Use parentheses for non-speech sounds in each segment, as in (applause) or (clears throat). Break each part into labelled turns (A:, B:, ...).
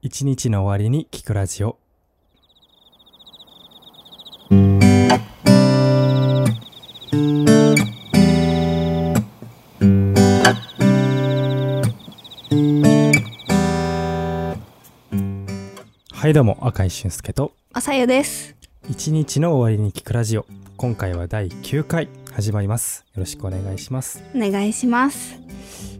A: 一日の終わりに聞くラジオはいどうも赤井俊介と
B: あさゆです。
A: 一日の終わりに聞くラジオ今回は第9回始まりますよろしくお願いします
B: お願いします。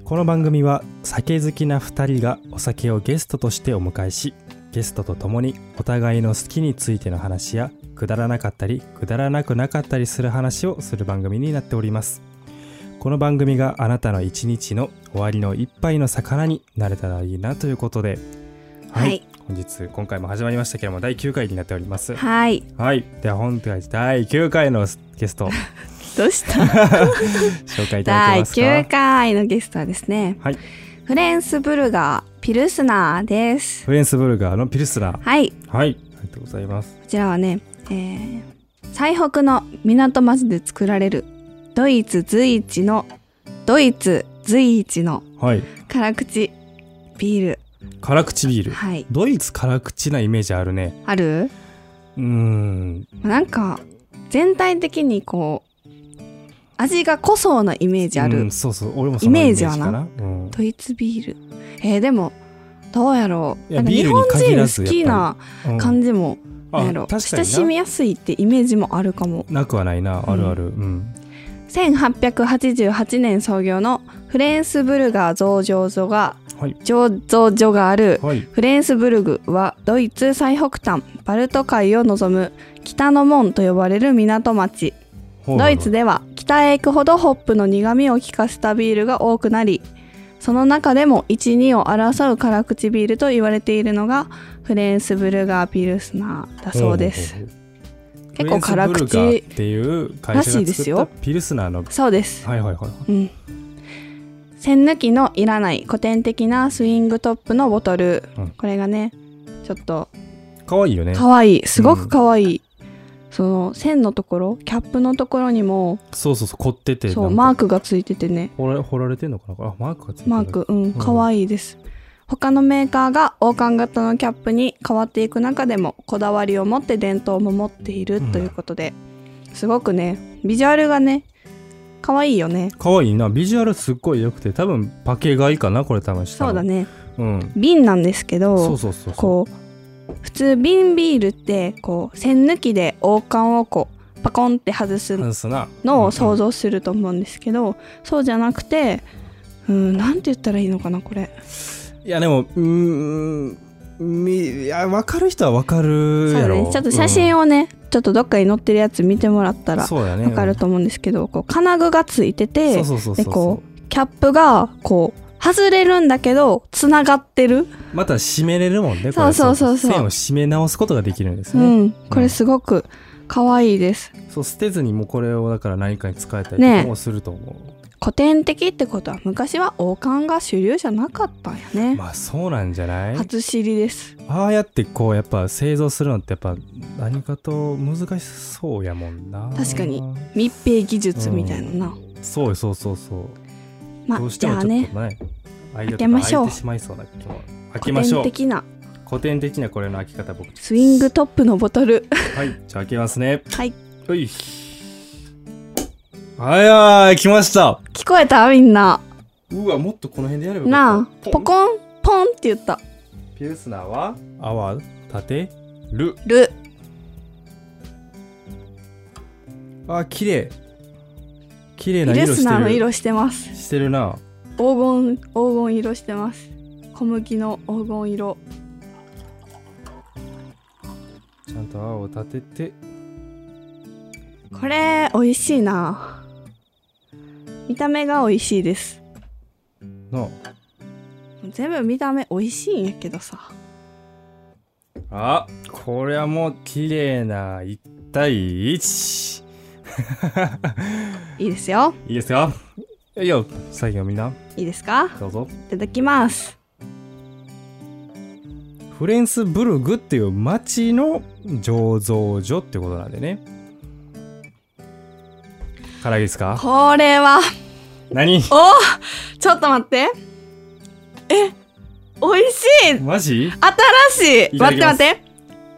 A: この番組は酒好きな2人がお酒をゲストとしてお迎えしゲストと共にお互いの好きについての話やくだらなかったりくだらなくなかったりする話をする番組になっておりますこの番組があなたの一日の終わりの一杯の魚になれたらいいなということで
B: はい、
A: 本日今回も始まりましたけれども第9回になっております
B: はい、
A: はいでは本日第9回のゲ
B: (laughs)
A: スト
B: どうした
A: 紹介いただけ
B: 第
A: ますか
B: 9回のゲストはですね、
A: はい
B: フレンスブルガーピルスナーです。
A: フレンスブルガーのピルスラー
B: はい、こ
A: はいありがとうございます
B: ちらはね、えー、最北の港町で作られるドイツ随一のドイツ随一の
A: はい
B: 辛口ビー
A: 辛口ビー
B: ル。
A: ル
B: はい、
A: ドイツ辛口なイメージあるね
B: ある
A: うーん
B: なんか全体的にこう味が濃そうなイメージある
A: うん、そうそう俺もそのイメージかな
B: イメ
A: うん、
B: ドイツビールえー、でもどうやろう
A: いや
B: なんか
A: ビー
B: 日
A: ルに
B: 本
A: 限
B: 人
A: らず
B: 好きな
A: うん
B: 感じも、なんや
A: あ
B: ろ
A: 確か
B: 親
A: に
B: しみやすいってイメージもあるかも
A: ななくはないなあるあるうん、
B: 1888年創業のフレンスブルガー造醸所が
A: はい
B: 醸造所がある
A: はい
B: フレンスブルグはドイツ最北端バルト海を望む北の門と呼ばれる港町
A: ほう
B: ドイツでは北へ行くほどホップの苦みを効かせたビールが多くなりその中でも12を争う辛口ビールと言われているのがフレンスブルガーピルスナーだそうです
A: ほうほうほう
B: 結構辛
A: フレンスブルガ
B: 口
A: ーっていう会社
B: らしい
A: が
B: です
A: 作った
B: よ
A: ピルスナーの
B: そうです
A: はいはいはい
B: うん栓抜きのいらない古典的なスイングトップのボトル、
A: うん
B: これがねちょっと
A: 可愛いよね
B: かわいいすごくかわいい、その栓のところキャップのところにも
A: そうそうそう凝ってて
B: そう
A: なんか
B: マークがついててね
A: 掘ら掘られてんのかなあマークがついてる
B: マークうん可愛いです、他のメーカーが王冠型のキャップに変わっていく中でもこだわりを持って伝統を守っているということで、すごくねビジュアルがね可愛いよね
A: 可愛いなビジュアルすっごい良くて多分パケ買いかなこれ多分したの
B: そうだね
A: うん
B: 瓶なんですけど
A: そうそうそうそう
B: こう普通瓶ビールってこう栓抜きで王冠をこうパコンって外す
A: なんすな
B: のを想像すると思うんですけど、そうじゃなくてうんなんて言ったらいいのかなこれ
A: いやでもうーんみいや分かる人は分かる
B: そう
A: や
B: だ
A: ろ
B: ね、ちょっと写真
A: を
B: をね、ちょっとどっかに載ってるやつ見てもらったら
A: そうだね
B: 分かると思うんですけど、こう金具がついて
A: うん
B: て
A: そうそうそうそう
B: でこうキャップがこう外れるんだけどつながってる、
A: また締めれるもんねこれ
B: そうそうそうそう
A: 線を締め直すことができるんです
B: う
A: ね、
B: ん、これすごく可愛いです
A: そう捨てずにもうこれをだから何かに使えたり
B: ね
A: とかもすると思
B: 古典的ってことは昔は王冠が主流じゃなかったんや
A: う
B: ね、
A: まあそうなんじゃない
B: 初知りです
A: ああやってこうやっぱ製造するのってやっぱ何かと難しそうやもんな
B: 確かに密閉技術みたいなな、
A: そうよそうそうそう
B: ま
A: どう
B: あ
A: して
B: じ
A: もちょっ
B: ゃあ
A: と
B: ね
A: ね開
B: 開けましょう
A: 開いてしまいそうな気も開けま
B: 古
A: しょ
B: 典
A: う
B: 的な
A: 古典的なこれの開き方僕
B: スイングトップのボトル
A: はいじゃあ開けますね
B: はい
A: ほいはいはい来ました
B: 聞こえたみんな
A: うわもっとこの辺でやれば
B: なあポ
A: ン
B: コンポンって言った
A: ピルスナーは泡立てる
B: る
A: あ綺麗綺麗
B: ピ
A: な
B: ル
A: 色
B: ス
A: して
B: ナーの
A: る
B: 色してます
A: してるな
B: 黄金黄金色してます小麦の黄金色
A: ちゃんと泡を立てて
B: これ美味しいな見た目が美味しいです
A: の
B: 全部見た目美味しいんやけどさ
A: あこれはもう綺麗な1対1
B: いいですよ
A: いいですかよいよ最後みんない
B: いですか
A: どうぞ
B: いただきます
A: フレンスブルグっていう町の醸造所ってことなんでね辛いですか
B: これは
A: 何
B: おーちょっと待ってえ美味しい
A: マジ
B: 新しい
A: いただ
B: 待っ
A: き
B: て
A: ます
B: 待って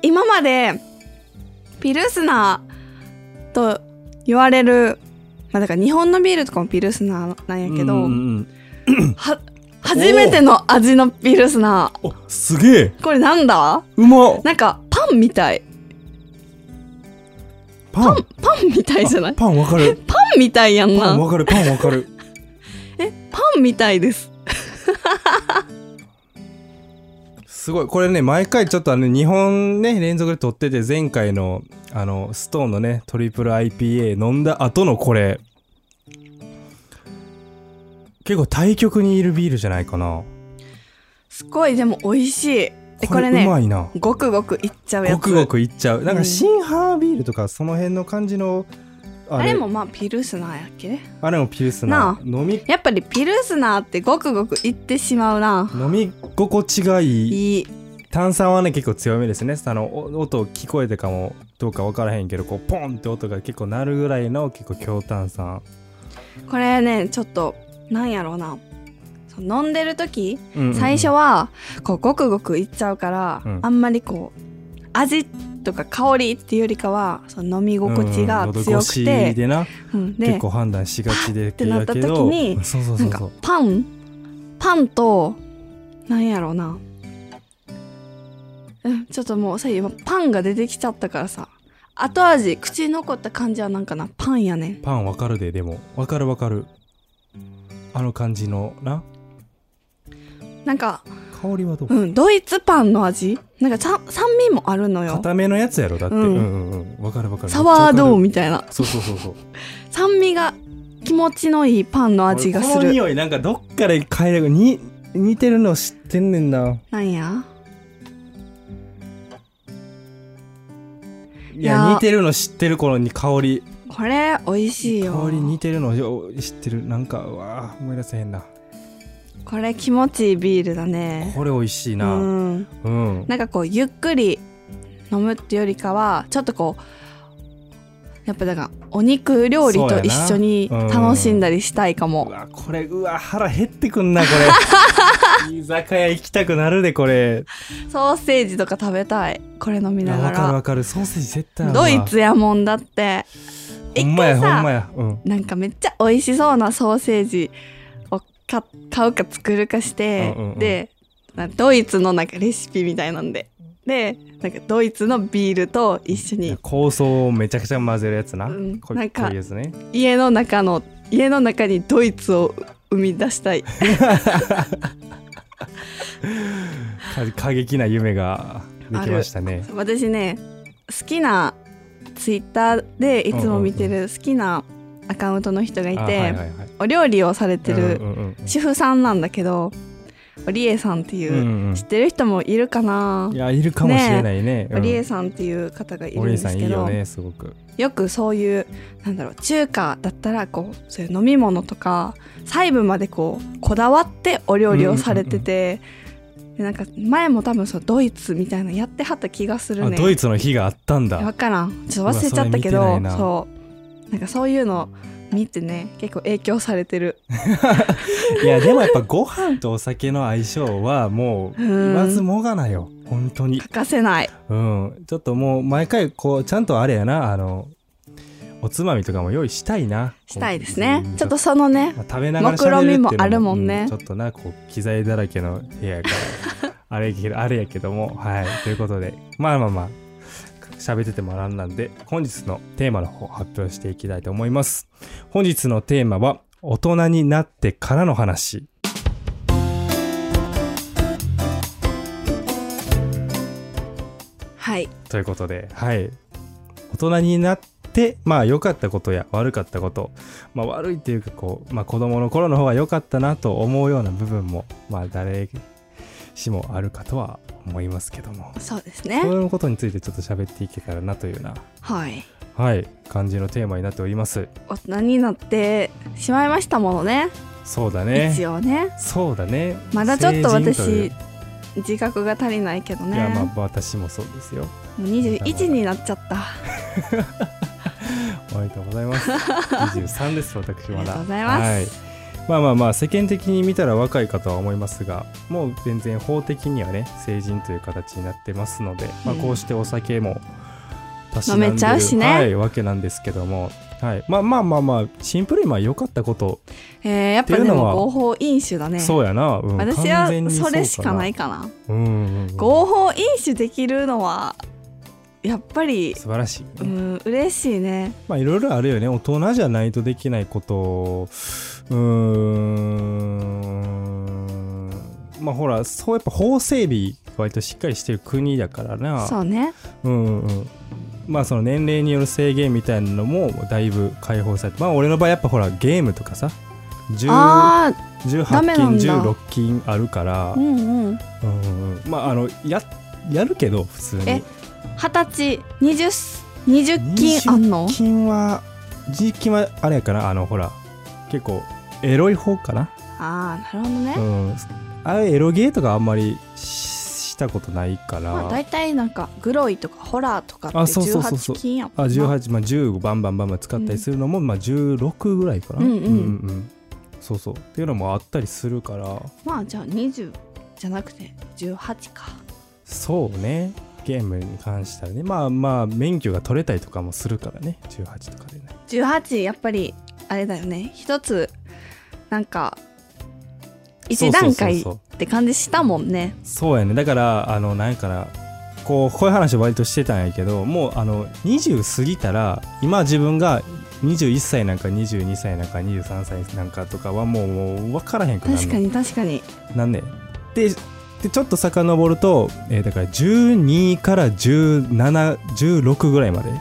B: 今までピルスナーと言われるまあだから日本のビールとかもピルスナーなんやけど、
A: うんうんうん
B: は初めての味のピルスナ
A: おすげえ
B: ーこれなんだ
A: うまっ
B: なんかパンみたい
A: パン
B: パンみたいじゃない
A: あパンわかる
B: (laughs) パンみたいやん
A: パン
B: な
A: わかるパンわかる
B: パンみたいです
A: すごいこれね毎回ちょっとあの日本ね連続で撮ってて前回のあのストーンのねトリプル IPA 飲んだ後のこれ結構対極にいるビールじゃないかな
B: すごいでも美味しいえ
A: こ
B: こ
A: れ
B: れ
A: う
B: ね
A: まいな
B: ごくごくいっちゃうやつ
A: ごくごくいっちゃうなん
B: う
A: か
B: ん
A: シンハービールとかその辺の感じのあ
B: あ
A: れ
B: れもまあピルスナーやっけ
A: あれもピルスナー飲み
B: やっぱりピルスナーってごくごくいってしまうな
A: 飲み心地がいい
B: いい
A: 炭酸はね結構強めですねあのお音聞こえてかもどうか分からへんけどこうポンって音が結構鳴るぐらいの結構強炭酸
B: これねちょっとなんやろうなそう飲んでる時
A: うんうんうん
B: 最初はこうごくごくいっちゃうから、
A: うん
B: あんまりこう味とか香りっていうよりかはその飲み心地が強く、
A: うんうん喉越してでな
B: うんで
A: 結構判断しがちで
B: てなった時
A: やけど
B: に
A: そうそう
B: な
A: そ
B: ん
A: う
B: か
A: そう
B: パンパンとなんやろうなうんちょっともうさ今パンが出てきちゃったからさ後味口に残った感じはなんかなパンやねん
A: パン分かるででも分かる分かるあの感じのな
B: なんか
A: 香りはどう
B: うん、ドイツパンの味なんかさ酸味もあるのよ
A: 固めのやつやろだって、う、
B: うんん
A: うんうん分かる分かる
B: サワードー
A: めっ
B: みたいな
A: ちゃ分かるそうそうそうそう
B: 酸味が気持ちのいいパンの味がす
A: 俺この
B: る
A: 匂いなんかどっかで嗅いだけどに似てるの知ってんねんな
B: なんや
A: い
B: い
A: や
B: や
A: 似てるの知ってる頃に香り
B: これ美味しいよ
A: 香り似てるのよ知ってるなんかうわあ思い出せへんな
B: これ気持ちいいビールだね
A: これ美味しいうなんうん、
B: なんかこうゆっくり飲むってよりかはちょっとこうやっぱだからお肉料理と一緒に
A: そうやなうん
B: 楽しんだりしたいか
A: う
B: も、
A: わこれうわ腹減ってくんなこ
B: (laughs)
A: れ居酒屋行きたくなるでこれ
B: ソーセージとか食べたいこれ飲み
A: いや
B: な
A: わ
B: が
A: かる
B: ら
A: わかるソーセージ絶対あるわ
B: ドイツやもんだって
A: ほんまや
B: 一回
A: ほ
B: さ
A: んまやうん
B: なんかめっちゃ美味しそうなソーセージを買買うか作るかして、
A: うんうんうん
B: でなドイツのなんかレシピみたいなんででなんかドイツのビールと一緒に
A: 香草をめちゃくちゃ混ぜるやつな、
B: うん
A: こ
B: なんか
A: こういうやつね
B: 家の中の家の中にドイツを生み出した
A: (laughs)
B: い
A: か過激な夢ができましたね
B: 私ね好きなツイッターでいつも見てる好きなアカウントの人がいて、
A: あはいはいはい
B: お料理をされてる
A: うんうん
B: 主婦さんなんだけど、リエさんっていうう、
A: んうんうん
B: 知ってる人もいるかな
A: うんいやいるかもしれないね
B: オリエさんっていう方がいるん
A: お
B: で
A: 姉
B: す
A: さんい
B: け
A: い
B: ど
A: よ
B: よ,、
A: ねすごく
B: くそういうなんだろう中華だったらこうそういう飲み物とか細部までこうこだわってお料理をされてて、でなんか前も多分そうドイツみたいなのやってはった気がする
A: あ
B: ね
A: ドイツの日があったんだ
B: 分からんちょっと忘れちゃったけ
A: うわそれ見
B: ど
A: てないな
B: そうなんかそういうの見てね結構影響されてる
A: いやでもやっぱご飯とお酒の相性はもう
B: うん
A: 言わずもがなよ本当に
B: 欠かせない
A: うんちょっともう毎回こうちゃんとあれやなあのおつまみとかも用意したいな
B: したいですね
A: こう
B: ちょっとそのね
A: まあ食べながら喋るっていうの
B: 目論見もあるもんね
A: うちょっとなこう機材だらけの部
B: (laughs)
A: 屋やからあれやけどあれやけどもはいということでまあまあまあ喋っててもなんなんで本日のテーマの方発表していきたいと思います本日のテーマは大人になってからの話
B: はい
A: ということではい大人になってまあ良かったことや悪かったことまあ悪いっていうかこう、まあ、子供の頃の方が良かったなと思うような部分もまあ誰しもあるかとは思いますけども
B: そうです
A: こ
B: ね
A: のことについてちょっと喋っていけたらなというような
B: はい
A: はい感じのテーマになっております
B: 大人になってしまいましたものね
A: そうだね
B: 一応ね
A: そうだね
B: まだちょっと
A: 成人いう
B: 私自覚が足りないけど
A: いや
B: ね
A: ま
B: も
A: あ私もそうですよ
B: う21になっちゃった
A: おめでとうございます23です私
B: あ
A: ま
B: りが
A: だ
B: とうございます
A: はいまあまあまあ世間的に見たら若いかとは思いますがもう全然法的にはね成人という形になってますので、まあ、
B: うん
A: こうしてお酒もたし
B: 飲めちゃうしね
A: はい、わけなんですけども、はい、まあまあまあまあシンプルにまあ良かったこと、
B: えー、やっぱ
A: ってい
B: で
A: うのは
B: も合法飲酒だね
A: そうやな、うん
B: 私
A: 完
B: は
A: 全にう
B: それしかないかな
A: うんうんうん
B: 合法飲酒できるのはやっぱり
A: 素晴らしいね、
B: うん嬉しいね
A: まあいろいろあるよね大人じゃないとできないことをうーんまあほらそうやっぱ法整備割としっかりしてる国だからな
B: そうね
A: うんうんうんまあその年齢による制限みたいなのもだいぶ解放されてまあ俺の場合やっぱほらゲームとかさ10
B: あ
A: 18
B: ダメなん
A: 金
B: だ
A: 16金あるから
B: あうんうん
A: うんうんうんまああのややるけど普通に
B: え二十歳二十二十金あんの
A: 20金は時金はあれやからあのほら結構エロい方かな
B: ああなるほどね、
A: うんあれエロゲーとかあんまりししたことないから、
B: まあ、大体なんかグロいとかホラーとかって
A: あそうそうそうそう
B: 18金やもん
A: あ
B: な
A: 18、まあ、15バンバンバンバン使ったりするのも、まあ、16ぐらいかな、
B: うんうん
A: うんそうそうっていうのもあったりするから
B: まあじゃあ20じゃなくて18か
A: そうねゲームに関してはねまあまあ免許が取れたりとかもするからね18とかでね
B: 18やっぱりあれだよね一つなんか
A: そうそ
B: 一
A: うそう
B: 段
A: そう
B: 階って感じしたもんね
A: そうやねだからあのなんかなこうこういう話を割としてたんやけどもうあの20過ぎたら今自分が21歳なんか22歳なんか23歳なんかとかはもうもう分からへんくなる
B: 確かに確かに
A: なんねででちょっと遡ると、えーだから12から1716ぐらいまで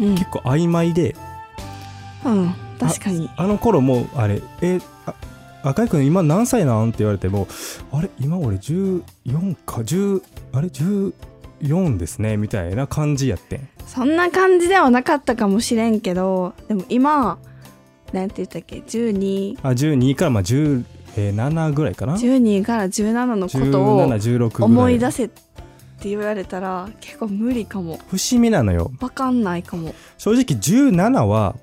B: うん、
A: 結構曖昧で
B: うん、確かに
A: あの頃もうあれえあ赤井君今何歳なんって言われてもあれ今俺14か10あれ14ですねみたいな感じやってん
B: そんな感じではなかったかもしれんけどでも今なんて言ったっけ1212
A: あ12からまあ17ぐらいかな
B: から17のことを
A: 1716ぐ
B: 思
A: ら
B: い
A: い
B: 出せって言われたら結構無理かも
A: 不思議なのよ
B: わかんないかも
A: 正直17は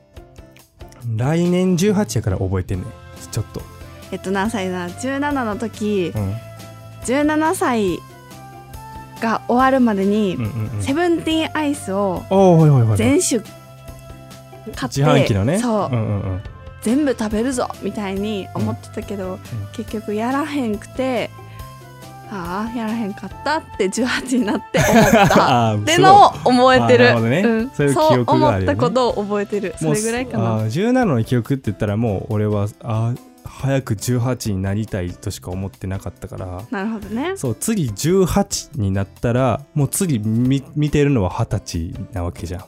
A: 来年18やから覚えてんねんちょっと、
B: えっと何歳だ17の時
A: うん、
B: 17歳が終わるまでに、
A: うんうんうん
B: セブンティーンアイスを
A: ああはいはいはい
B: 全種買って
A: 自販機のね
B: そ
A: んう
B: う、
A: んうん、
B: 全部食べるぞみたいに思ってたけど、結局やらへんくてああやらへんかったって18にな
A: (laughs)
B: って思った
A: あー
B: です
A: ごい
B: のを覚えて
A: あ
B: る
A: なるほどね
B: うん、
A: そういう記
B: そう
A: 憶
B: 思
A: がある
B: っ
A: よね
B: たことを覚えてるそ
A: もう
B: れぐらいかな
A: あー17の記憶って言ったらもう俺はあー早く18になりたいとしか思ってなかったから
B: なるほどね
A: そう次18になったらもう次見見てるのは二十歳なわけじゃん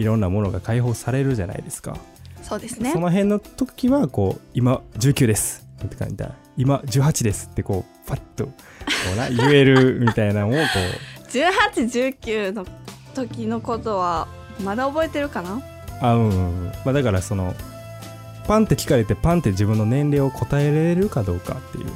A: いろんなものが解放されるじゃないですか、
B: そうですね
A: その辺の時はこう今19ですって感じだ今18ですってこうパッとこう
B: (laughs)
A: な言えるみたいなのをこう
B: 1819の時のことはまだ覚えてるかな
A: あうんうんうん、まあ、だからそのパンって聞かれてパンって自分の年齢を答えられるかどうかっていう
B: こ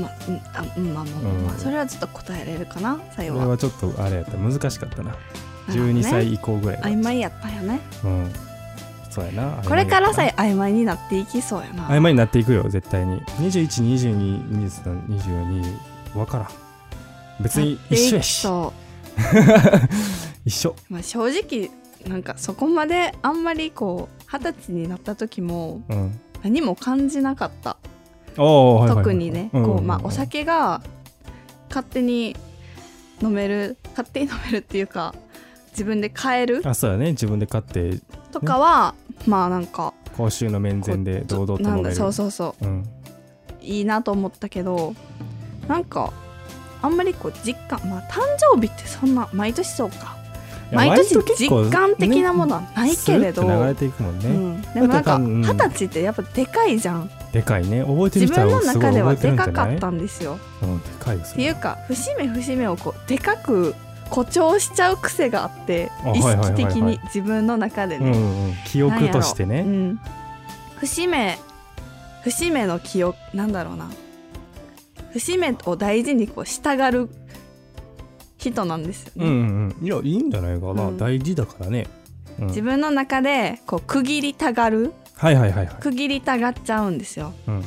B: まあ、うんあうんまあまあまあまあ、
A: うん
B: それはちょっと答えられるかな最
A: こ
B: 後
A: れ
B: は
A: はちょっとあれやった難しかったな
B: なるほどね
A: 12歳以降ぐらいは
B: 曖昧やったよね
A: うんそうやな
B: これからさ
A: 曖昧や
B: え曖昧になっていきそうやな
A: ったな曖昧になっていくよ絶対に21222324分からん別に一緒やし
B: そ
A: 一緒
B: う、まあ、正直なんかそこまであんまりこう二十歳になった時も
A: うん
B: 何も感じなかった、
A: おーはいはいはい
B: 特にね、
A: んんん
B: こうまあお酒が勝手に飲める勝手に飲めるっていうか自分で買える
A: あそうやね自分で買って
B: とかは、まあなんか
A: 公衆の面前で堂々と飲
B: なん
A: め
B: だ
A: る
B: そうそうそう
A: うん
B: いいなと思ったけどなんかあんまりこう実感まあ誕生日ってそんな毎年そうか
A: いや
B: 毎年
A: 割と結構
B: 実感的なものはないけれど、
A: スルッと流れていくもんね、
B: うん、でもなん
A: だっ
B: か
A: てうん
B: 二十歳ってやっぱでかいじゃん
A: でかいね覚えてる
B: 自
A: 人
B: 分の
A: はすご
B: 中
A: い
B: で
A: 覚
B: は
A: えてる
B: で
A: んじゃ
B: か
A: ない
B: かったんですよ
A: うんでかいよ
B: っ
A: そ
B: てい
A: れ
B: うか節目節目をこうでかく誇張しちゃう癖があって
A: あ
B: 意
A: はいはい
B: 識
A: はいはい
B: 的に自分の中で
A: うんう
B: ね、
A: んうん、記憶として
B: う
A: ね
B: ん、節目節目の記憶なんだろうな節目を大事にこう従る人なんですよ
A: う
B: ね、
A: んうんうんいやいいんじゃないかな、
B: うん
A: 大事だからね、うん
B: 自分の中でこう区切りたがる
A: はいはいはいはい。
B: 区切りたがっちゃうんですよ
A: うん。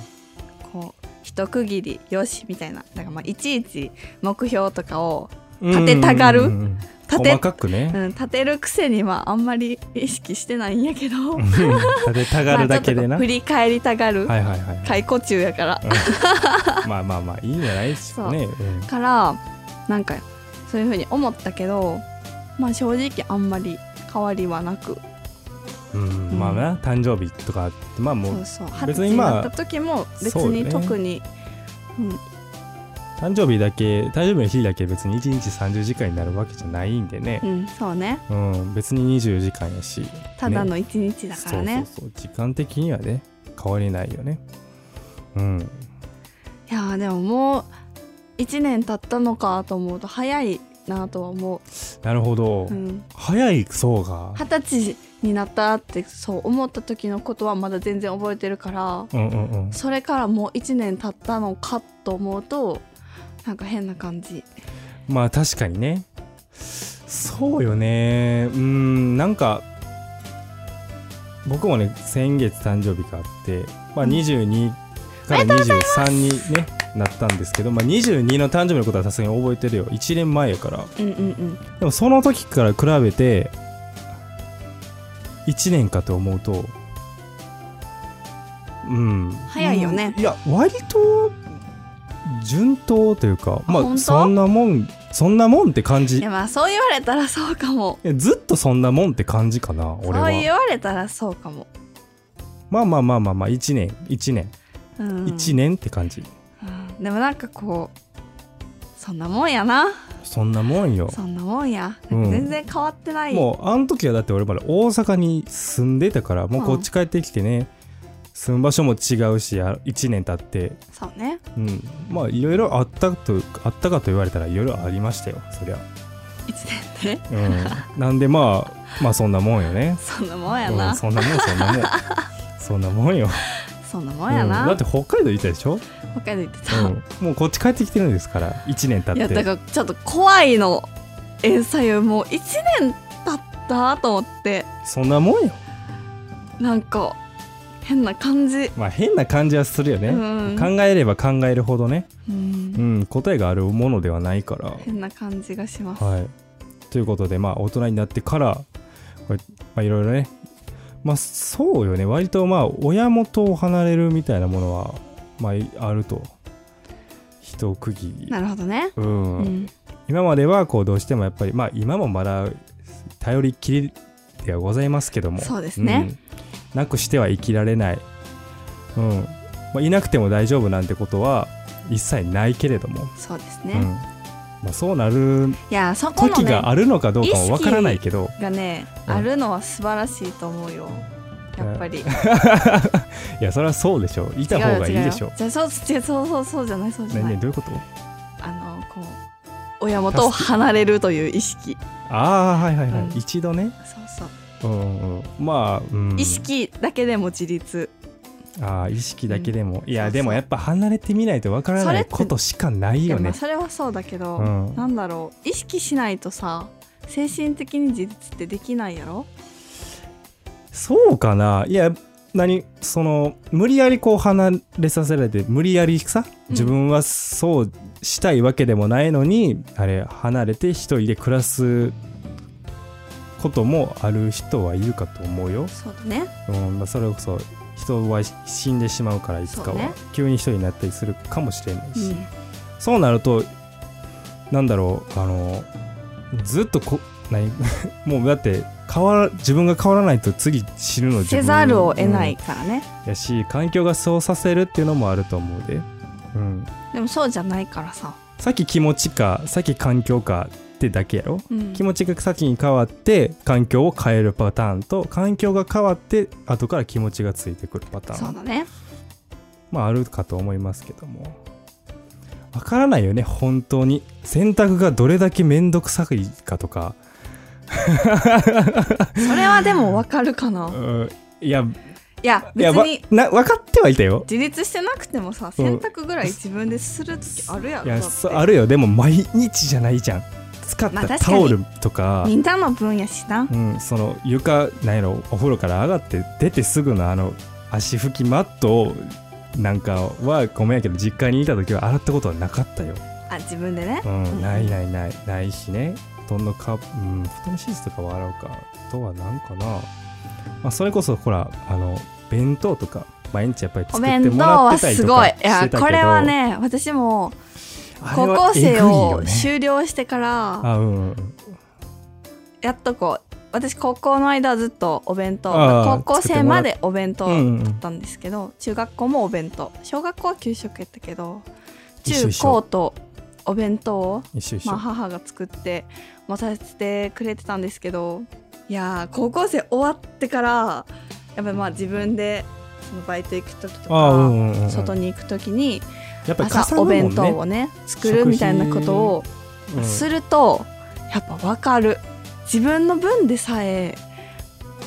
B: こう一区切りよしみたいなだからまあいちいち目標とかを立てたがる
A: うんうんうんうん
B: 立て
A: 細かくね。
B: うん、立てるくせにはあんまり意識してないんやけど
A: うん立てたがるだけで
B: ま
A: な。
B: あ
A: は
B: ちょっと振
A: い
B: り返りたがる、
A: はいはい。
B: 解雇中やから
A: うんまあまあまあいいんじゃないですかね。うん
B: からなんかそういうふうに思ったけどまあ正直あんまり変わりはなく
A: うん、まあな誕生日とかまあも
B: そう
A: う
B: そう二十
A: 別
B: 歳
A: に
B: に
A: まあ
B: なった時も別
A: そうよ
B: に
A: ね
B: 特に
A: 誕生日だけ誕生日の日だけ別に1日30時間になるわけじゃないんでね
B: う,、、ん、そうね
A: うん、別に24時間やした
B: だの一日だから
A: そ
B: ね
A: うそうそう時間的にはね変わりないよねうん
B: いやーでももう1年経ったのかと思うと早いなとは思
A: なるほど、
B: う、うん、
A: 早いそうが
B: 二十歳になったってそう思った時のことはまだ全然覚えてるから
A: うんうんうん
B: それからもう1年経ったのかと思うとなんか変な感じ
A: まあ確かにねそうよねうんなんか僕もね先月誕生日があって、まあ、
B: うん
A: 22から23に、ねなったんですけど、まあ、22の誕生日のことはさすがに覚えてるよ1年前やから
B: うんうんうん
A: でもその時から比べて1年かと思うとうん
B: 早いよね
A: うんいや割と順当というかま
B: 本
A: あ
B: 当
A: そんなもんそんなもんって感
B: い
A: じ
B: やまあそう言われたらそうかも
A: えずっとそんなもんって感じかな
B: そ
A: 俺
B: う
A: は
B: 言われたらそうかも、
A: まあまあまあまあまあ1年1年
B: うん、
A: 1年って感じ
B: うんでもなんかこうそんなもんやな
A: そんなもんよ
B: そんなもんや
A: うん
B: 全然変わってない、
A: もうあの時はだって俺まだ大阪に住んでたからもうこっち帰ってきてね住む場所も違うし1年経って
B: そうね
A: うん、まあいろいろあったとあったかと言われたらいろいろありましたよそりゃ、
B: 1年で (laughs)
A: うん、なんでまあまあそんなもんよね
B: そんなもんや
A: う
B: な、
A: んそんなもんそんな
B: (laughs)
A: もんそんなもんよ、
B: そんなもんやな、
A: うんだって北海道いたでしょ、
B: 北海道行ってた、
A: うん、もうこっち帰ってきてるんですから1年
B: い
A: 経
B: や
A: って
B: だからちょっと怖いの英才をもう1年経ったと思って
A: そんなもんよ
B: なんか変な感じ、
A: まあ変な感じはするよね、
B: うん
A: 考えれば考えるほどね、
B: う、
A: うんん、答えがあるものではないから
B: 変な感じがします、
A: はい。ということで、まあ、大人になってから、これまあ、いろいろね、まあ、そうよね、割と、まあ、親元を離れるみたいなものは、まあい、あると。一区切り
B: な。るほどね、
A: うん。
B: うん
A: 今までは、こう、どうしてもやっぱり、まあ、今もまだ、頼りきりではございますけども。
B: そうですね、
A: うんなくしては生きられない。うん。まあ、いなくても大丈夫なんてことは、一切ないけれども。
B: そうです
A: うん
B: ね、
A: まあ、そうなる
B: いやそこの
A: 時
B: ね
A: が
B: が
A: あるのかどうかもわからないけど
B: ね
A: うん
B: あるのは素晴らしいと思うよやっぱり
A: (laughs)
B: 違う
A: いやそれはそうでしょういた方
B: よ
A: がいい
B: 違う
A: で
B: よ
A: しょ
B: じゃあそう違うそうそうそうじゃないそうじゃ
A: ね
B: ない、
A: ねどういうこと
B: あのこう親元を離れるという意識
A: ああはいはいはい、
B: うん
A: 一度ね、
B: そうそう
A: うんうん、まあ、うん、
B: 意識だけでも自立、
A: あー意識だけでも、い
B: そ
A: や
B: うそう
A: でもやっぱ離れてみないとわから
B: そ
A: な
B: れっ
A: い
B: て
A: ことしかない
B: いや
A: よ
B: ま
A: ね
B: あそれはそうだけど、
A: うん
B: なんだろう意識しないとさ精神的に自立ってできないやろ
A: そうかないや何その無理やりこう離れさせられて無理やりさ自分はそうしたいわけでもないのに、あれ離れて一人で暮らすこともある人はいるかと思うよ
B: そうだね
A: うんまあ、それこそ人は死んでしまうからいつか
B: そう
A: は、
B: ね
A: 急に一人になったりするかもしれないし、
B: うん
A: そうなるとなんだろうあのずっとこ何 (laughs) もうだって変わら自分が変わらないと次死ぬの自
B: せ
A: 分
B: ざるを得な
A: う
B: い
A: ん
B: からね、
A: やし環境がそうさせるっていうのもあると思うで、うん、
B: でもそうじゃないからさ、
A: さっき気持ちかさっき環境かってだけやろ
B: うん
A: 気持ちが先に変わって環境を変えるパターンと環境が変わって後から気持ちがついてくるパターン
B: そうだね
A: まああるかと思いますけどもわからないよね本当に選択がどれだけ面倒くさいかとか、
B: それはでもわかるかな、
A: う
B: い
A: ん、いや
B: や
A: い
B: 別
A: やわ
B: に
A: な分かってはいたよ
B: 自立してなくてもさ選択ぐらい自分でする時あるや
A: い
B: ろだ
A: や
B: って
A: そうあるよでも毎日じゃないじゃん使っ
B: まあ
A: た
B: 確か
A: タ
B: に
A: オルとか,、
B: みんなの分やしな
A: うん、その床なんやろお風呂から上がって出てすぐのあの足拭きマットなんかはごめんやけど実家にいた時は洗ったことはなかったよ、
B: あ自分でね
A: う、
B: うんん
A: ないないないないしね布団のカップ、うん、布団シーツとかは洗うかあとはなんかな、まあ、それこそほらあの弁当とか毎日やっぱり
B: お
A: 作って
B: 弁当
A: もらっ
B: は
A: てたり
B: す
A: と
B: ご
A: か
B: い
A: して
B: いや
A: たけど
B: これはね私も
A: あれ
B: 高
A: は
B: 校
A: えぐい
B: 生
A: よ
B: を
A: ね
B: 修了してから
A: あうんうん
B: やっとこう私高校の間はずっとお弁当
A: あー
B: 高校生までお弁当
A: う
B: だっ
A: んうん
B: たんですけど中学校もお弁当小学校は給食やったけど
A: 一緒
B: 中
A: 一緒
B: 高とお弁当を
A: 一緒一緒、
B: まあ、母が作って持たせてくれてたんですけどいやー高校生終わってからやっぱりまあ自分でそのバイト行く時と
A: あうんうん
B: か
A: うんうん
B: 外に行く時に
A: やっぱりかさ
B: 朝
A: む
B: お
A: もんね
B: 弁当をね作るみたいなことを
A: うん
B: するとやっぱ分かる自分の分でさえ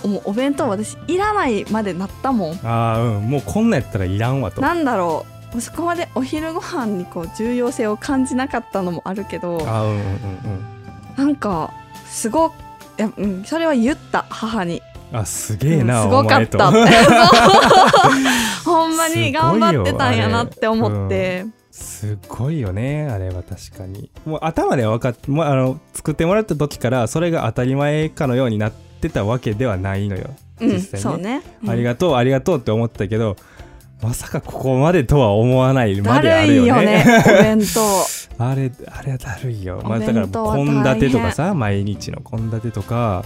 B: もうお弁当私いらないまでなったもん
A: ああうんもうこんなんやったらいらんわと
B: なんだろうもうそこまでお昼ご飯にこう重要性を感じなかったのもあるけど
A: あーうんうんうん
B: なんかすごくいやうん、それは言った母に、
A: うんあす
B: う
A: げえ
B: ん、
A: な、
B: す
A: お
B: ごか
A: 前
B: っ
A: と
B: たって
A: (laughs)
B: (laughs) そうほんます
A: ごい
B: に
A: よ
B: 頑張ってたんやなって思って、
A: すごいよねあれは確かにもう頭では分かってもうあの作ってもらった時からそれが当たり前かのようになってたわけではないのよ、
B: うん
A: 実際ね
B: そうね、うん
A: ありがとうありがとうって思ってたけどまさかここまでとは思わないま
B: だ
A: であ
B: る
A: るよ
B: い
A: ね
B: よねお弁当
A: (laughs) あれあれはだるいよ、まあ、だ
B: お弁
A: から
B: 当は大
A: 献
B: 変
A: 立とかさ毎日の献立とか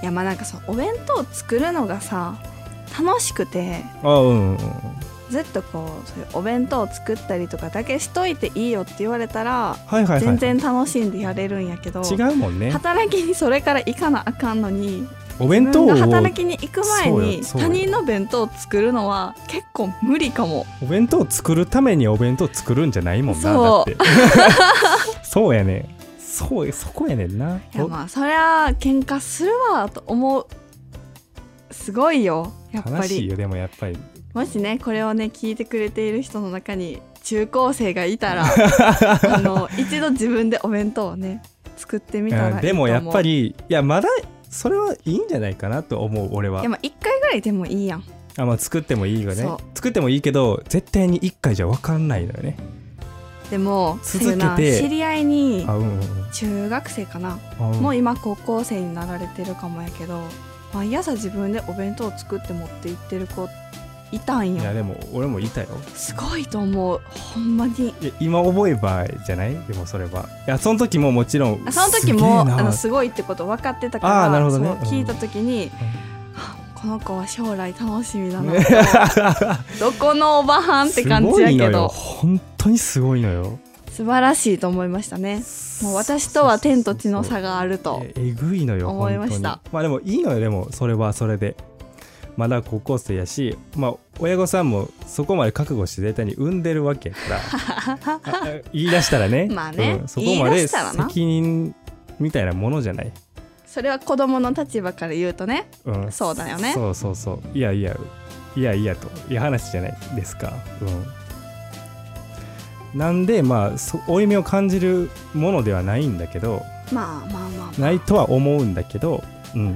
B: いやまあなんかそうお弁当作るのがさ楽しくて
A: あうんうんうん
B: ずっとこうそういうお弁当を作ったりとかだけしといていいよって言われたら
A: はいはいはい
B: 全然楽しんでやれるんやけど、
A: 違うもんね
B: 働きにそれから行かなあかんのに
A: お弁当
B: 自分が
A: を
B: 働きに行く前に
A: そうよそ
B: 他
A: うよ
B: 人の弁当を作るのは結構無理かも
A: お弁当を作るためにお弁当を作るんじゃないもんなだっ
B: そう
A: て (laughs) そうやねそうそこやねんない
B: やまあそりゃ喧嘩するわと思うすごいよやっぱ
A: 悲しい
B: り
A: よでもやっぱり
B: もしねこれをね聞いてくれている人の中に中高生が
A: (laughs)
B: いたらあの一度自分でお弁当をね作ってみたらい
A: うん
B: いと思う
A: でもやっぱ
B: り
A: りいやまだそれはいいんじゃないかなと思う俺は
B: でも1回ぐらいでもいいやん
A: あ、まあ、作ってもいいよね
B: そう
A: 作ってもいいけど絶対に1回じゃ分かんないのよね
B: でも
A: 続けて
B: そういうな知り合いに
A: あうんうんうん
B: 中学生かな
A: あうん
B: もう今高校生になられてるかもやけど毎朝自分でお弁当を作って持って行ってる子いたん
A: いや
B: よ
A: でも俺もいたよ
B: すごいと思うほんまに
A: いや今覚えばじゃないでもそれはいやその時ももちろん
B: あその
A: すげ
B: 時
A: え
B: も
A: な
B: あのすごいってこと分かってたから
A: あーなるほどね
B: そう聞いた時に、あこの子は将来楽しみだな
A: (laughs)
B: どこのおばはんって感じや
A: すごい
B: け
A: のよ
B: ど
A: 本当にすごいのよ
B: 素晴らしいと思いましたねもう私とは天と地の差があると
A: ええぐいのよ
B: 思いました
A: 本当にまあでもいいのよでもそれはそれでまだ高校生やし、まあ、親御さんもそこまで覚悟して絶対に産んでるわけやから
B: (laughs)
A: ああ言い出したらね
B: まあね
A: そこま
B: 言い
A: で
B: 出したらな
A: 責任みたいなものじゃない、
B: それは子供の立場から言うとね
A: うん、
B: そうだよね
A: そうそうそういやいやいやいやといや話じゃないですかうんなんでまあそ負い目を感じるものではないんだけど
B: まあまあまあ
A: ないとは思うんだけど、うん、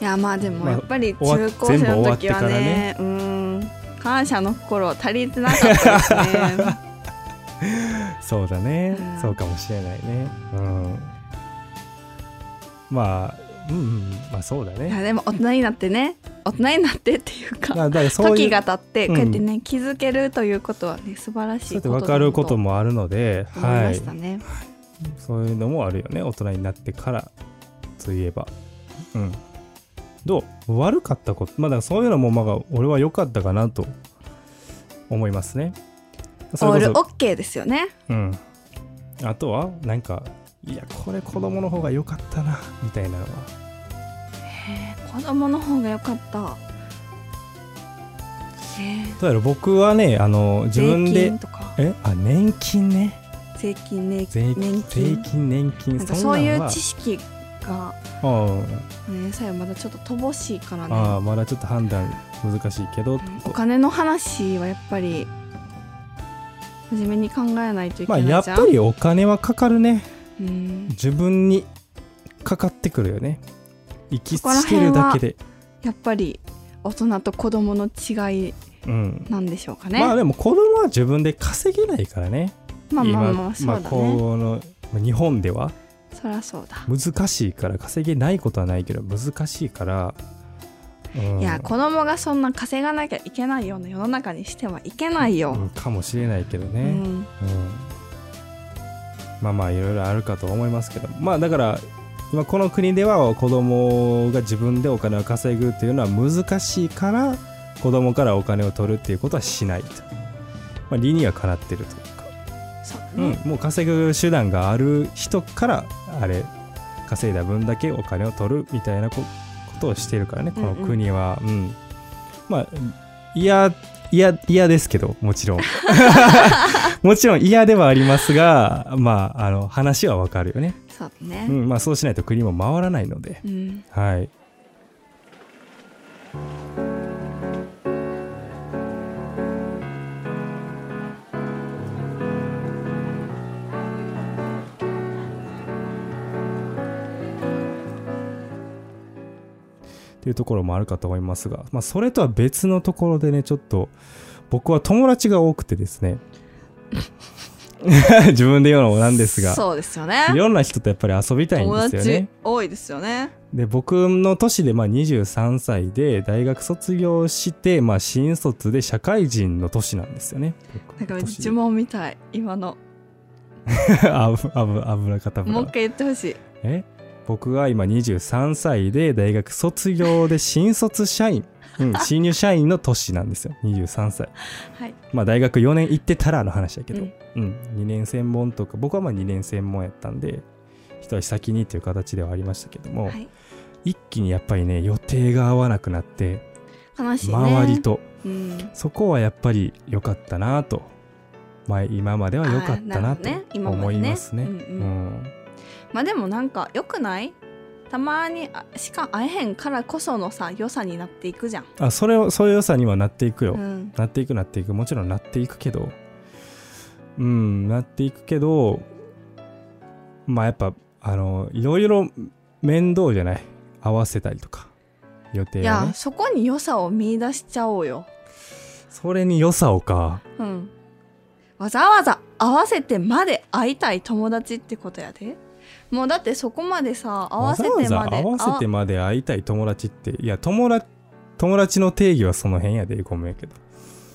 B: いやまあでも
A: まあ
B: やっぱり
A: 終わ
B: 中高生の時は
A: 全
B: ね,、うーん感謝の心足りてなかったですね
A: (laughs) そうだね、
B: うん
A: そうかもしれないねうんまあうんうんまあそうだ
B: いや
A: ね
B: でも大人になってね大人になってっていう
A: ま
B: か
A: あだからそうい
B: 時
A: う
B: が経って
A: う
B: こ
A: ん
B: うやってね、気づけるということはね素晴らしい
A: そうやっ
B: こ
A: て
B: とだな
A: 分かることもあるので、
B: 思い
A: は
B: ま
A: い
B: した、ね、
A: そういうのもあるよね大人になってからといえばうんどう悪かったことまあだからそういうのもまあ俺は良かったかなと思いますね
B: オ
A: れ
B: ール
A: こ
B: オッケーですよね
A: うん、あとはなんかいやこれ子供の方が良かったなみたいなのは
B: 子供の方が良かったね
A: どうやら僕はねあの自
B: 税
A: 分で
B: 金とか
A: えあ年金ね
B: 税金ね
A: 税金
B: 年
A: 税
B: 金
A: 金年金
B: なんかそうい
A: んなん
B: う
A: は
B: 知識が
A: うん
B: ねさえまだちょっと乏しいからね
A: ああまだちょっと判断難しいけどって
B: お
A: こと
B: 金の話はやっぱり初めに考えないといけ
A: ま
B: な
A: あ
B: いじゃん、
A: やっぱりお金はかかるね
B: うん
A: 自分にかかってくるよね行きつけるだけで
B: やっぱり大人と子供の違い
A: うん
B: なんでしょうかね。
A: まあでも子供は自分で稼げないからね
B: まあまあまあ
A: 今
B: そう
A: ま
B: だ
A: あ
B: ね。
A: このまあ日本では
B: そりゃそうだ。
A: 難しいから稼げないことはないけど難しいから、うん
B: いや子供がそんな稼がなきゃいけないような世の中にしてはいけない
A: うん
B: よ。
A: かもしれないけど
B: う
A: ね、
B: ん、
A: うんまあまあいろいろあるかと思いますけどまあだから今この国では子供が自分でお金を稼ぐっていうのは難しいから子供からお金を取るっていうことはしないと、まあ、理にはかなってるというか、
B: そうだ
A: うん
B: ね。
A: もう稼ぐ手段がある人からあれ稼いだ分だけお金を取るみたいなこことをしてるからねこの国は、うんまあ嫌嫌嫌ですけどもち (laughs) ろんもちろん嫌ではありますがまああの話はわかるよね、
B: そうだ
A: う
B: ね。
A: んまあ、そうしないと国も回らないので
B: うん。
A: はいっていうところもあるかと思いますが、まあ、それとは別のところでねちょっと僕は友達が多くてです
B: (laughs)
A: ね (laughs) 自分で言うのもなんですが
B: そうですよね。
A: いろんな人とやっぱり遊びたいんで
B: 友
A: すよね
B: 達。多いですよね。
A: で僕の年でまあ23歳で大学卒業して、まあ、新卒で社会人の年なんですよね。
B: なんか
A: 僕の年
B: 呪文みたい今の。
A: (laughs) あぶあぶあぶらかたぶ
B: もう
A: ら
B: 一。回言ってほしい。
A: え僕が今23歳で大学卒業で新卒社
B: (laughs)
A: 員、うん、新入社員の年なんですよ23歳。
B: はい。
A: まあ大学4年行ってたらの話だけど、
B: う
A: うんん2年専門とか僕はまあ2年専門やったんで一足先にっていう形ではありましたけども、
B: はい。
A: 一気にやっぱりね予定が合わなくなって
B: 悲しいね。
A: 周り。と
B: うん。
A: そこはやっぱり良かったなと、まあ、今までは良かった
B: あ
A: なと
B: ーなるほどね今ま
A: 思
B: で
A: い
B: ね
A: ますね。
B: うんうまあでもなんか良くない？たまにあしか会えへんからこそのさ良さになっていくじゃん。
A: うんあそれをそういう良さにはなっていくよ、
B: うん。
A: なっていくなっていくもちろんなっていくけどうんなっていくけどまあやっぱあのいろいろ面倒じゃない合わせたりとか予定
B: い
A: は、
B: や
A: ね、
B: そこに良さを見出しちゃおうよ。
A: それに良さをか
B: うん。わざわざ合わせてまで会いたい友達ってことやで。もうだってそこまでさ合わせてまで
A: ざわざ合わせてまで会いたい友達っていや友達友達の定義はその辺やでごめんやけど
B: あ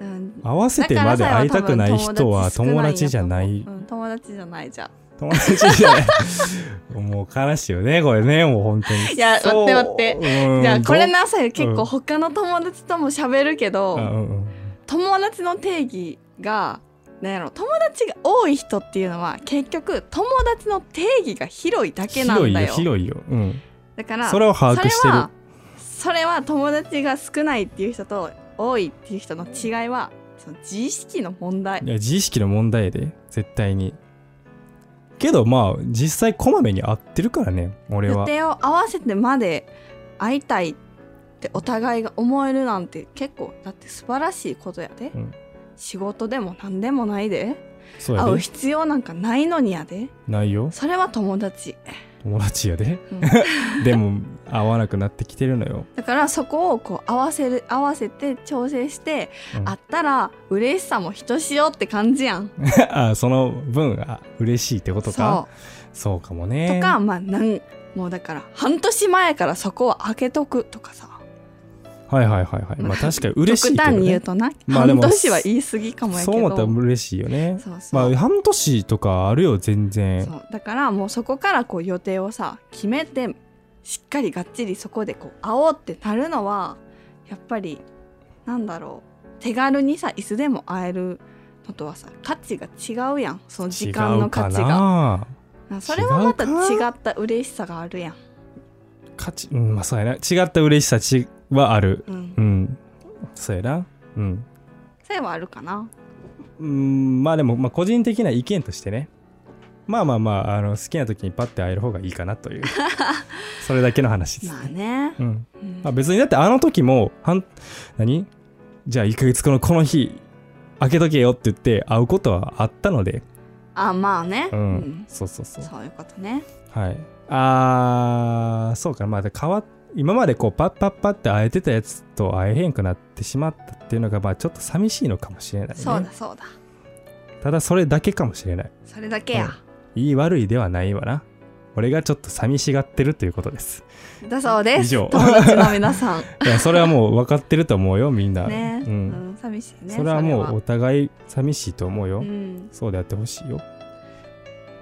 B: うん
A: 合わせてまで会いたくない人は
B: だから
A: 友
B: さ
A: 達じゃな
B: 多
A: い
B: 分友達少ないんやと思ううん友達じゃない
A: 友達
B: じゃん
A: じゃないもう悲しいよねこれねもう本当に
B: いや
A: そう
B: 待って待
A: うん
B: じゃあこれ
A: ど
B: なさよ結
A: う
B: 構
A: ん
B: 他の友達とも喋るけど、
A: あうんうん
B: 友達の定義がなんやろ友達が多い人っていうのは結局友達の定義が広いだけなん
A: 広い
B: だ
A: よ
B: よ
A: 広いよ、うん、
B: だから
A: それを把握してる
B: それはそれは友達が少ないっていう人と多いっていう人の違いはその自意識の問題
A: いや自意識の問題やで絶対にけどまあ実際こまめに会ってるからね俺
B: 予
A: は
B: 定を合わせてまで会いたいってお互いが思えるなんて結構だって素晴らしいことやで、
A: うん
B: 仕事でも何でもないで
A: そうや
B: 会う
A: で
B: 必要なんかないのにやで
A: ないよ
B: それは友達、
A: 友達やで
B: うん
A: (laughs) でも会わなくなってきてるのよ、
B: だからそこをこう合わせる合わせて調整して、
A: うん
B: 会ったら嬉しさもひとしおって感じやん
A: (laughs) あその分あ嬉しいってこと
B: そう
A: かそうかもね
B: とか、まあなんもうだから半年前からそこは開けとくとかさ
A: はいはいはいはいまあ確かに嬉しいけど、ね、
B: 極端に言うとな、
A: まあで
B: 半
A: も
B: 年は言い過ぎかもやけど
A: そう思ったら嬉しいよね
B: そうそ
A: ま
B: う
A: あ半年とかあるよ全然
B: そうだからもうそこからこう予定をさ決めてしっかりがっちりそこでこう会おうってなるのはやっぱりなんだろう手軽にさいつでも会えるのとはさ価値が違うやんその時間
A: 違
B: の
A: う
B: 価
A: か
B: 値が
A: な
B: それはまた
A: 違
B: 違
A: うか
B: った嬉しさがあるやん、
A: 価値うんまあそうやな違った嬉しさちはある
B: うん
A: う、んそうやなうん、
B: それはあるかな
A: うん、まあでも、まあ、個人的な意見としてねまあまあまああの好きな時にパッて会える方がいいかな
B: (laughs)
A: というそれだけの話です、
B: まあね、
A: うん
B: うん
A: まあ、別にだってあの時も半何じゃあ1ヶ月後のこの日開けとけよって言って会うことはあったので
B: あまあね、
A: うん
B: うん
A: そうそうそう
B: そういうことね
A: はいあーそうかなまあで変わっ今までこうパッパッパって会えてたやつと会えへんくなってしまったっていうのがまあちょっと寂しいのかもしれないね
B: そうだそうだ
A: ただそれだけかもしれない
B: それだけや、
A: いい悪いではないわな俺がちょっと寂しがってるということです
B: だそうで
A: 以
B: す
A: 上
B: 友達の皆
A: (laughs)
B: さん
A: いやそれはもう分かってると思うよみんな、
B: ね、
A: う
B: うんん、寂しいね
A: それはも
B: そう
A: お互い寂しいと思うよ、
B: れはうん、
A: そうであってほしいよ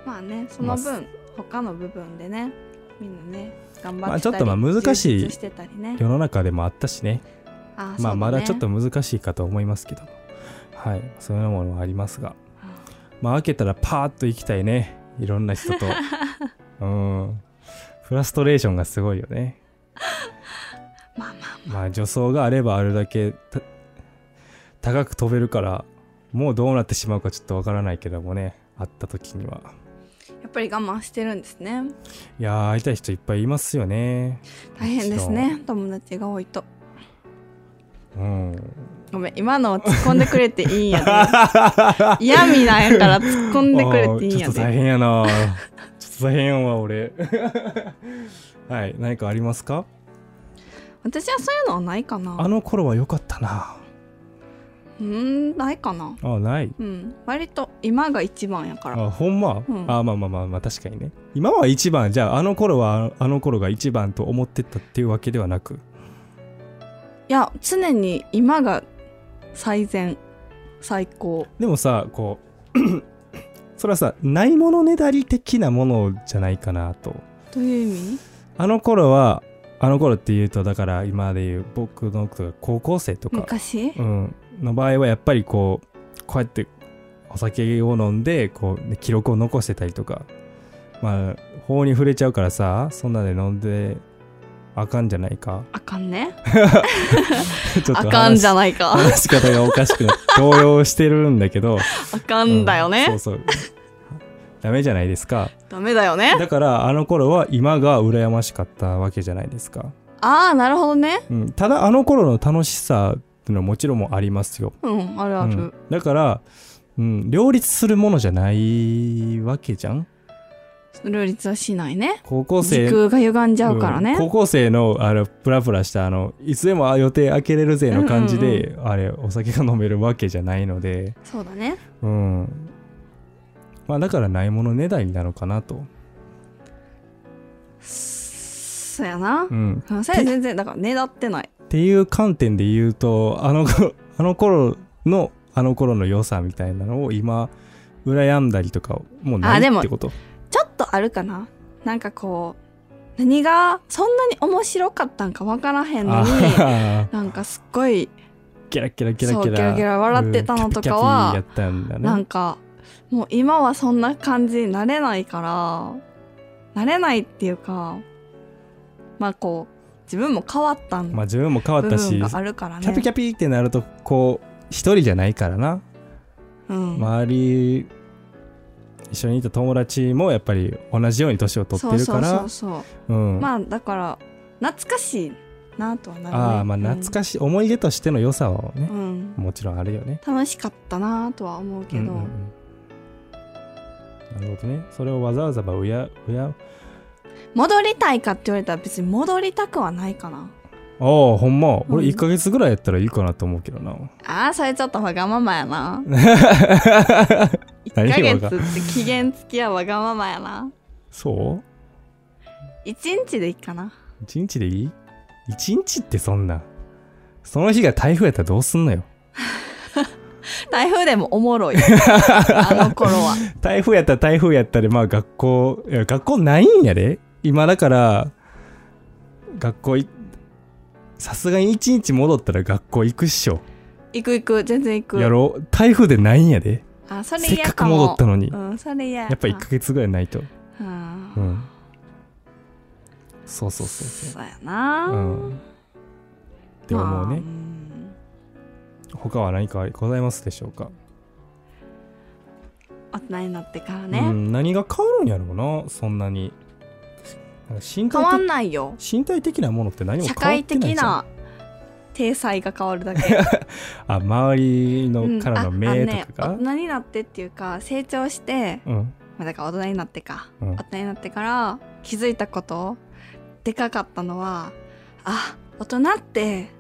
B: まあねその分、
A: ま
B: 他の部分でねみんなね頑張ってたり、
A: まあちょっとまあ難しい
B: 充実してたりね
A: 世の中でもあったしね
B: あ
A: まあまだちょっと
B: あ
A: 難しいかと思いますけどもはいそういうものもありますがまあ開けたらパーッと行きたいねいろんな人 (laughs) とうんフラストレーションがすごいよね
B: まあま
A: まあ助走があればあるだけた高く飛べるからもうどうなってしまうかちょっとわからないけどもね会った時には
B: あやっぱり我慢してるんですね
A: いやー会いたい人いっぱいいますよね
B: 大変ですね友達が多いと
A: うん
B: ごめん今のは突っ込んでくれていいんや
A: (laughs)
B: で嫌味なんやから突っ込んでくれていいん
A: あーち
B: や
A: ょっと大
B: で
A: 変やなちょっと大変やわ俺 (laughs) はい何かありますか
B: 私はそういうのはないか
A: あ
B: な
A: の頃は良かったな
B: うーんないかな
A: あない
B: うん割と今が一番やから
A: あほんま、
B: うん
A: あまあまあまあまあ確かにね今は一番じゃああの頃はあの頃が一番と思ってたっていうわけではなく
B: いや常に今が最善最高
A: でもさこう (clears throat) それはさないものねだり的なものじゃないかなと
B: という意味
A: あの頃はあの頃っていうとだから今でいう僕の高校生とか
B: 昔
A: うん、の場合はやっぱりこうこうやってお酒を飲んでこう、ね記録を残してたりとかまあ法に触れちゃうからさそんなで飲んであかんじゃないか (laughs)
B: あかんね
A: ちょっと
B: あかんじゃ
A: ない
B: ないか
A: 話し方がおかしくなって動揺してるんだけど
B: あかんだよね、
A: うんそうそうダメじゃないですか
B: ダメだよね
A: だからあの頃は今が羨ましかったわけじゃないですか、
B: ああなるほどね
A: うん、ただあの頃の楽しさっていうのはもちろんもありますよ
B: うんあるある、
A: うんだから、うん、両立するものじゃないわけじゃん
B: 両立はしないね
A: 高校
B: 時
A: 生
B: 空が歪んじゃうからね、
A: うん高校生のあのプラプラしたあのいつでも予定開けれるぜの感じで、あれお酒が飲めるわけじゃないので
B: そうだね
A: うんまあだからないものねだりなのかなと
B: そやな
A: う、ん
B: うん、それ全然だからねだってない
A: っていう観点で言うとあの頃あの頃のあの頃の良さみたいなのを今羨んだりとかもうない
B: あでも
A: ってこと
B: ちょっとあるかななんかこう何がそんなに面白かったんかわからへんのに
A: あー
B: なんかすっご
A: (laughs)
B: い
A: キラキラキラキラ
B: そうキラキラ笑ってたのとかは
A: うんキャピキャピやったんだね
B: なんかもう今はそんな感じになれないからなれないっていうかまあこう自分も変わったん
A: まあ自分も変わ
B: 部
A: ったし
B: 分があるからね
A: キャピキャピってなるとこう一人じゃないからな、
B: うん
A: 周り一緒にいた友達もやっぱり同じように年を取ってるから
B: そうそうそう
A: うん
B: そうまあだから懐かしいなとはなる、ね、
A: ああまあ懐かしい、思い出としての良さはね
B: う、ん、
A: もちろんあるよね
B: 楽しかったなとは思うけど、
A: うんうんうんなるほどねそれをわざわざばうやうや
B: 戻りたいかって言われたら別に戻りたくはないかな
A: ああほんま
B: うん
A: 俺1ヶ月ぐらいやったらいいかなと思うけどな、
B: ああそれちょっとわがまま
A: (laughs)
B: やな1
A: 何がわ
B: ヶ月
A: が
B: って期限付きはわがままやな
A: そう
B: 1日でいいかな
A: 一日でいい一日ってそんなその日が台風やったらどうすんのよ
B: 台風でもお (laughs) もろいあの頃は
A: 台風やったら台風やったでまあ学校いや学校ないんやで今だから学校いさすがに一日戻ったら学校行くっしょ
B: 行く行く全然行く
A: やろう台風でないんやで
B: あそれ
A: せっ
B: 嫌
A: か
B: か
A: く
B: も
A: 戻ったのに、
B: うんそれ嫌
A: やっぱ1ヶ月ぐらいないと
B: うん
A: うんそうそうそうそ
B: そうやな
A: ううんって思うね、
B: まあん
A: 他は何かございますでしょうか
B: 大人になってから
A: う
B: ね
A: ん、何が変わるんやろうなそんなになんか身
B: 変
A: 体
B: わ
A: 的
B: んないよ
A: 身体的なものって何も
B: 社
A: 変わっ
B: 会
A: てない
B: 的
A: じゃん
B: な体裁が変わるだけ
A: (laughs) あ周り
B: うん
A: のからの
B: ああ
A: 目
B: ね
A: とかが
B: 大人になってっていうか成長して、
A: うん
B: まあ、だから大人になってか、
A: うん
B: 大人になってから気づいたことでかかったのはあ大人って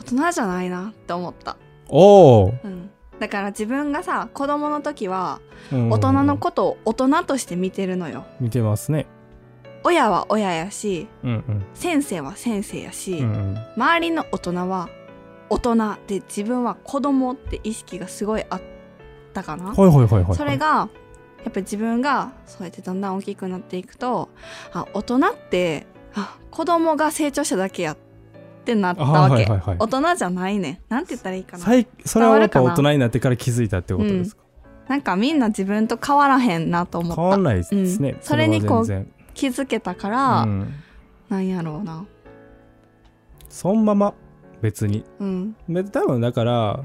B: 大人じゃないなって思った、
A: おー
B: うん、だから自分がさ子供の時は
A: うん
B: 大人のことを大人として見てるのよ、
A: 見てますね
B: 親は親やし
A: うん
B: 先生は先生やし、
A: うんうん
B: 周りの大人は大人で自分は子供って意識がすごいあったかな
A: うんはいはいはいはい
B: それがやっぱり自分がそうやってだんだん大きくなっていくとあ大人ってあ子供が成長しただけやってなったわけ、
A: あーはいはいは
B: 大
A: い
B: 人じゃないねんなんて言ったらいいかな
A: さいそれはやっぱ
B: 伝
A: 大
B: わるか
A: 人
B: な
A: になってから気づいたってことですか、
B: なんかみんな自分と変わらへんなと思
A: 変わ
B: っ
A: ん
B: た
A: ないですね、
B: うんそれにこう
A: 全然
B: 気づけたから、
A: うん、
B: なんやろうな
A: そのまま別に
B: うん
A: で多分だから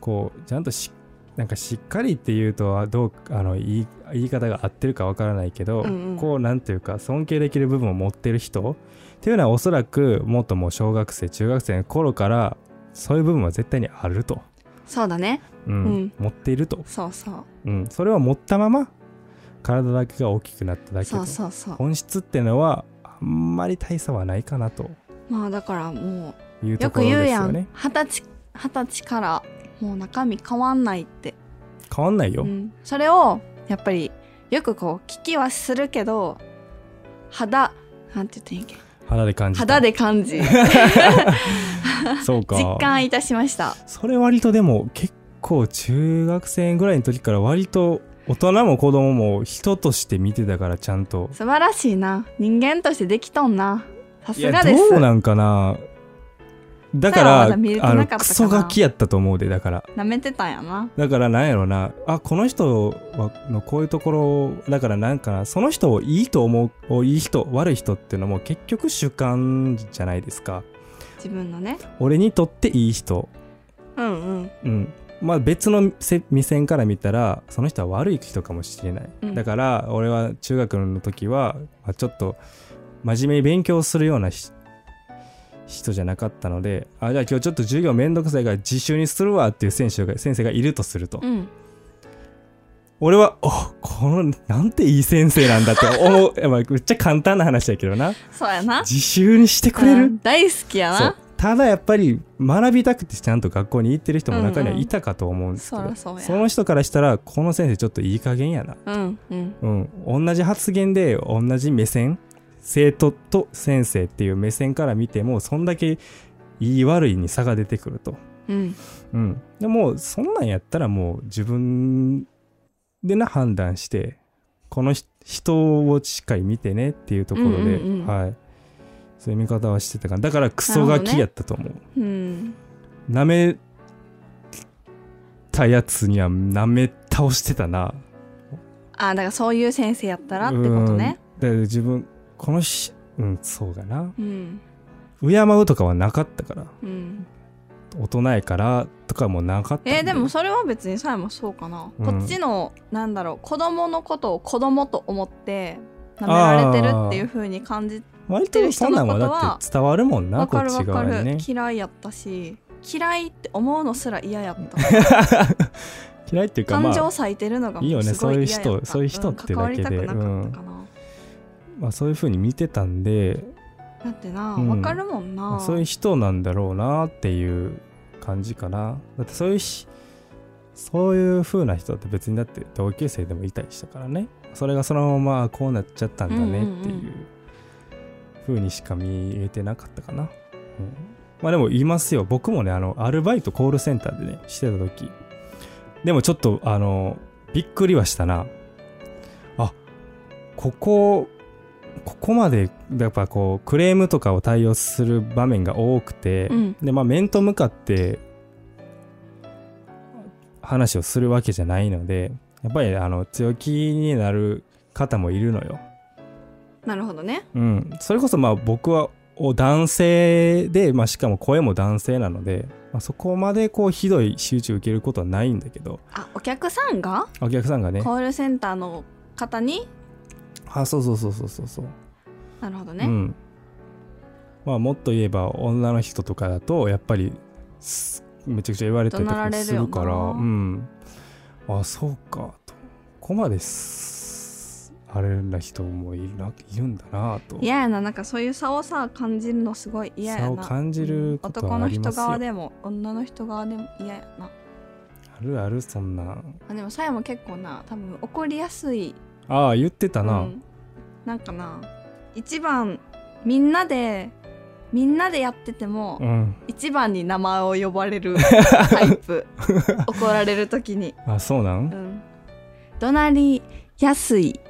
A: こうちゃんとしなんかしっかりっていうとはどうあの言い言い方が合ってるかわからないけど、
B: うんうん
A: こうなんていうか尊敬できる部分を持ってる人っていうのはおそらくもっともう小学生中学生の頃からそういう部分は絶対にあると、
B: そうだね
A: うん
B: うん
A: 持っていると、
B: そうそう
A: うん、それは持ったまま体だけが大きくなっただけで
B: そうそうそう
A: 本質ってのはあんまり大差はないかなと
B: まあだからもう
A: いうと
B: よ
A: こ
B: く
A: ろ
B: 言う
A: です
B: や
A: よ
B: ん
A: ね
B: 二十歳二十歳からもう中身変わんないって、
A: 変わんないよ、
B: うん、それをやっぱりよくこう聞きはするけど肌なんて言っていいんやっ
A: 肌で感
B: け
A: じた
B: 肌で感じ
A: そうか
B: 実感いたしました
A: それ割とでも結構中学生ぐらいの時から割と大人も子供も人として見てたからちゃんと
B: 素晴らしいな人間としてできとんなさすがです
A: どうなんかなだか
B: それはまだ見れて
A: ら
B: な
A: あ
B: か
A: の
B: ったかな
A: クソガキやったと思うでだから
B: なめてたんやな
A: だからなんやろなあこの人はのこういうところだからなんかなその人をいいと思ういい人悪い人っていうのも結局主観じゃないですか
B: 自分のね
A: 俺にとっていい人
B: うんうん
A: うん、まあ別のせ目線から見たらその人は悪い人かもしれない、
B: うん
A: だから俺は中学の時は、まあ、ちょっと真面目に勉強するようなひ人じゃなかったのであじゃあ今日ちょっと授業めんどくさいから自習にするわっていう選手が先生がいるとすると、
B: うん
A: 俺はおこのなんていい先生なんだって思う (laughs) いやまあめっちゃ簡単な話だけどな
B: そうやな
A: 自習にしてくれ
B: う
A: る
B: ん大好きや
A: そう
B: な
A: ただやっぱり学びたくてちゃんと学校に行ってる人も中にはいたかと思うんですけど、
B: うんうんそらそうや
A: の人からしたらこの先生ちょっといい加減やな、
B: うんうん
A: うん、同じ発言で同じ目線生徒と先生っていう目線から見てもそんだけいい悪いに差が出てくると、
B: うん
A: うん、でもそんなんやったらもう自分でな判断してこの人人をしっかり見てねっていうところで、
B: うんうんうん
A: はい、そういう見方はしてたからだからクソガキやったと思う。
B: うん
A: 舐めたやつには舐め倒してたな
B: あだからそういう先生やったらってことね
A: うんで自分このしうんそうだな
B: うん
A: 敬うとかはなかったから
B: うん
A: 大人やからとかもなかったん
B: えーでもそれは別にさえもそうかな、
A: うん
B: こっちのなんだろう子供のことを子供と思って舐められてるっていう風に感じ
A: 割とそんなんはだって伝わるもんな
B: わ
A: こ
B: か
A: っ
B: る
A: ち
B: わか
A: 側
B: る、
A: にね
B: 嫌いやったし嫌いって思うのすら嫌やった
A: 嫌いっていうかま
B: 感情
A: あ、
B: 咲いてるのが
A: いいよね
B: すごい嫌やった
A: そういう人そういう人ってだけで
B: 関わりたくなかったかな、
A: まあ、そういう風に見てたんで
B: だってな
A: うん
B: わかるもんな、
A: まあそういう人なんだろうなっていう感じかなだってそういうしそういう風な人だって別にだって同級生でもいたりしたからねそれがそのままこうなっちゃったんだねって
B: うんうん
A: いう風にしか見えてなかったかな、うんまあでもいますよ僕もねあのアルバイトコールセンターでねしてた時でもちょっとあのびっくりはしたなあここここまでやっぱこうクレームとかを対応する場面が多くて、
B: うん
A: でまあ面と向かって話をするわけじゃないのでやっぱりあの強気になる方もいるのよ。
B: なるほどね
A: うん、それこそまあ僕はお男性で、まあ、しかも声も男性なので、まあ、そこまでこうひどい仕打ちを受けることはないんだけど
B: あお客さんが
A: お客さんがね
B: コールセンターの方に
A: あそうそうそうそうそうそう、
B: なるほどね、
A: うん、まあ、もっと言えば女の人とかだとやっぱりすめちゃくちゃ言われたりと
B: 怒鳴ら
A: か
B: れるよ
A: す
B: な
A: るからうんあそうかとここまですあれな人もいるないるんだなと
B: 嫌やななんかそういう差をさ感じるのすごい嫌やな
A: 差を感じることはありますよ
B: 男の人側でも女の人側でも嫌やな
A: あるあるそんなん
B: あでもさやも結構な多分怒りやすい
A: ああ言ってたな、
B: うん、なんかな一番みんなでみんなでやってても、
A: うん、
B: 一番に名前を呼ば
A: (laughs)
B: れるタイプ怒られる時に、
A: あそうなん、
B: うん、怒鳴りやすい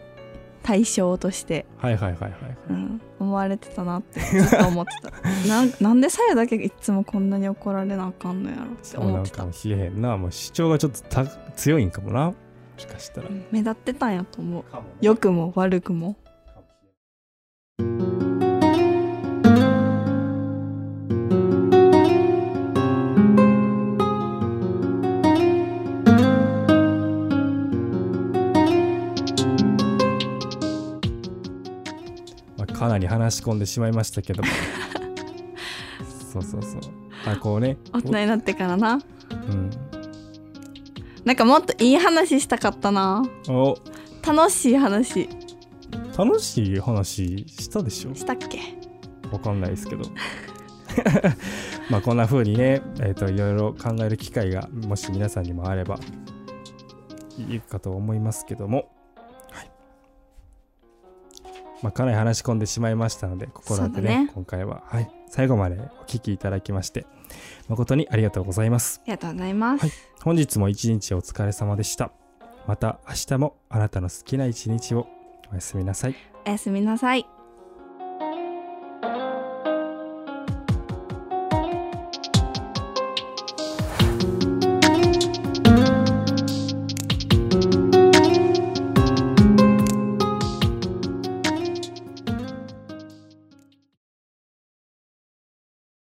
B: 対象として、
A: はいはいはいはい
B: うん、思われてたな
A: (laughs)
B: ってずっと思ってたなんなんでさやだけいつもこんなに怒られなあかんのやろって
A: そうな
B: 思っ
A: ん
B: てた、
A: か
B: う
A: もしれへんなもう主張がちょっとた強いんかもなもしかしたら、
B: ん目立ってたんやと思う
A: かもね
B: 良くも悪くも
A: まあ、かなり話し込んでしまいました
B: (laughs)
A: けどもそうそうそうあこうね
B: 大人になってからな
A: うん、
B: なんかもっといい話したかったな
A: お
B: 楽しい話
A: 楽しい話したでしょ
B: したっけ
A: わかんないですけど (laughs) まあこんな風にね、えー、といろいろ考える機会がもし皆さんにもあればいいかと思いますけども、はいまあ、かなり話し込んでしまいましたのでここなんで
B: そうだ
A: ね
B: ね
A: 今回は、はい、最後までお聞きいただきまして誠にありがとうございます
B: ありがとうございます、
A: はい本日も一日お疲れ様でしたまた明日もあなたの好きな一日をおやすみなさい
B: おやすみなさい